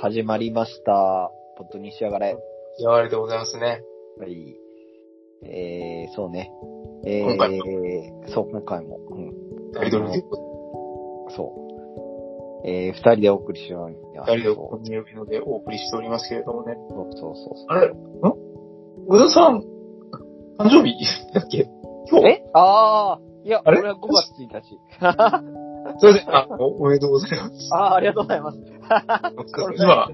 始まりました。ポッドに仕上がれ。やわれでございますね。はい。えー、そうね。えー、今回そう、今回も。うん、アイドルデュそう。えー、二人でお送りしように。オ、二人でそお呼びのでお送りしておりますけれどもね。うそうそうそう。あれ、ん宇田さん、誕生日だっけ今日えあー、いや、あれ俺は5月1日。すいません。あ、おおめでとうございます。あー、ありがとうございます。今、あ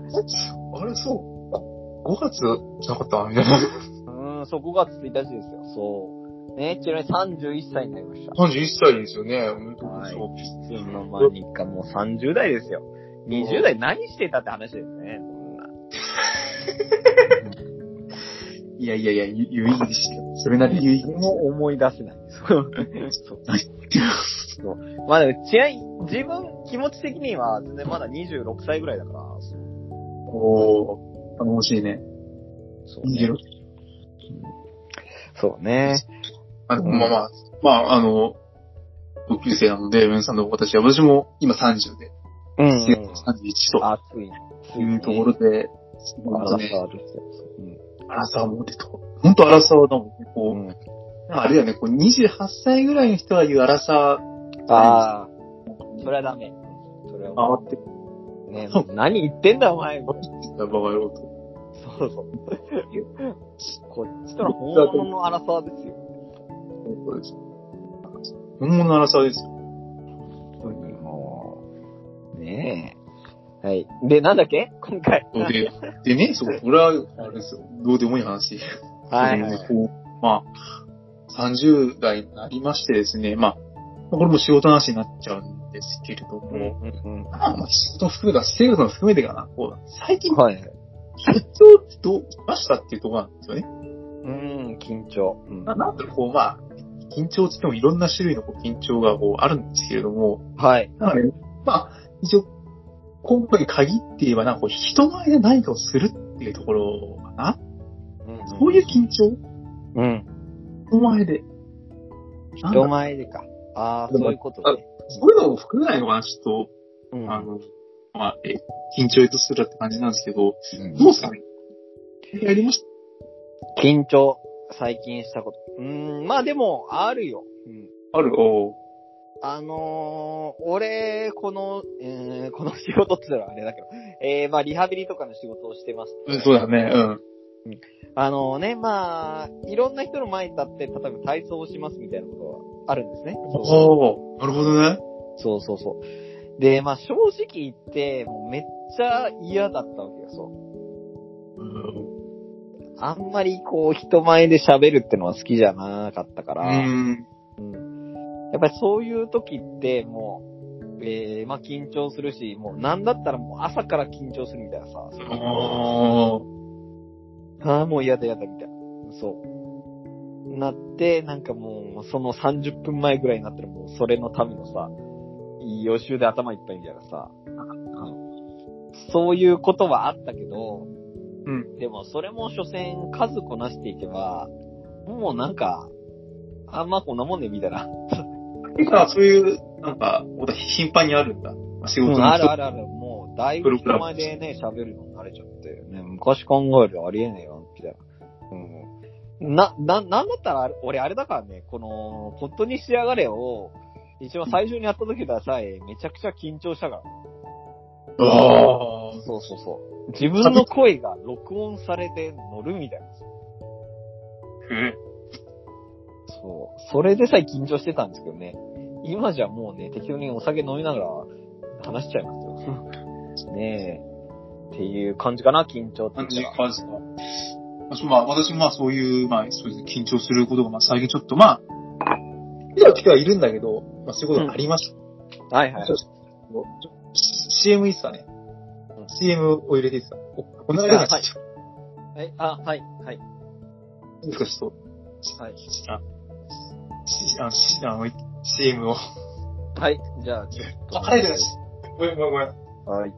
れ、そう、5月じゃなかったみたいな。うーん、そう、5月1日ですよ。そう。ね、ちなみに31歳になりました。 31歳ですよね。おめでとうございます。いつの間にかもう30代ですよ。20代何してたって話ですね。いやいやいや、有有意義でしたよ。それなりに有意義そんでな。しもう思い出せない。そう。そうまあでも、ちなみに、自分、気持ち的には、全然まだ26歳ぐらいだから。た。おー、頼もしいね。そうね。 26そうね。あ、でもまあまあ、まあ、あの、同級生なので、メンさんの私は、私も今30で、うん31と暑い。暑いうところで、まああらね、ですよ。アラサーも出と。本当アラサーだもんね。うこん。うん、う、あれだよね、こう28歳ぐらいの人が言うアラサああ、それはダメ。それー、は、回ってくね、もう何言ってんだお前。そうる場合を。そう。こっちとら本物の争いですよ。そうです本物のアラサーですよ。本当にもう、ねえ。はい。で、なんだっけ今回。で、でね、そう、これは、あれですよ、どうでもいい話。はいではもいね。こうまあ、30代になりましてですね、まあ、これも仕事の話になっちゃうんですけれども、うんまあ、まあ仕事含めた、生活も含めてかな、こう、最近、はい。緊張ってどうしましたっていうところなんですよね。うん、緊張。うんまあ、なんとこう、まあ、緊張って言ってもいろんな種類のこう緊張がこうあるんですけれども、はい。なんかね、まあ、一応、今回に限って言えば、なんかこう、人前で何かをするっていうところかな。そういう緊張うん。人前で。なんだ人前でか。ああ、そういうことね。そういうのを含めないのかな、ちょっうと、んあの、まあ、え、緊張とするって感じなんですけど、うんどうですかねやりまし緊張、最近したこと。うん、まあでも、あるよ。うんたあるおあのー、俺、この、えーこの仕事って言ったらあれだけど、えー、まあ、リハビリとかの仕事をしてます。うんそうだね、うん。あのね、まあ、いろんな人の前に立って、例えば体操をしますみたいなことはあるんですね。そおおなるほどうね。そうそうそう。で、まあ正直言って、もうめっちゃ嫌だったわけよ、そう。うあんまりこう人前で喋るってのは好きじゃなかったから、ん。やっぱりそういう時ってもう、えー、まあ緊張するし、もうなんだったらもう朝から緊張するみたいなさ、そうあーああ、もう嫌だ嫌だみたいな。そう。なって、なんかもう、その30分前ぐらいになったらもう、それのためのさ、予習で頭いっぱいみたいなさ、そういうことはあったけど、うん。でもそれも所詮数こなしていけば、もうなんか、あんまあこんなもんね、みたいな。てか、そういう、なんか、こと頻繁にあるんだ。仕事のうんあるある。るある。もう、だいぶ人前でね、喋るのに慣れちゃって、ね、昔考えるありえねえよ、みたいな。うん。な、な、なんだったらあれ、俺あれだからね、この、ポットに仕上がれを、一番最初にやった時ださえ、めちゃくちゃ緊張したから。ああ。そうそうそう。自分の声が録音されて乗るみたいな。そう。それでさえ緊張してたんですけどね。今じゃもうね、適当にお酒飲みながら話しちゃいます よ。ねえ。っていう感じかな、緊張って感言じったら。感じか。私もまあ、私もまあ、そういう、まあ、そうですね緊張することが、まあ、最近ちょっと、まあ、見た時はいるんだけど、まあ、そういうことがありました。はいはいちょ。っとちょ CM いいっすかねうん。 CM を入れていいっすかお、こんな感じえ、あ、はい、はい。いいですか、ちょっと。はいあ。しあの、しあの、CM を。はい、じゃあ、ちょっと。あ、入るなし。ごめんごめんごめん。はい。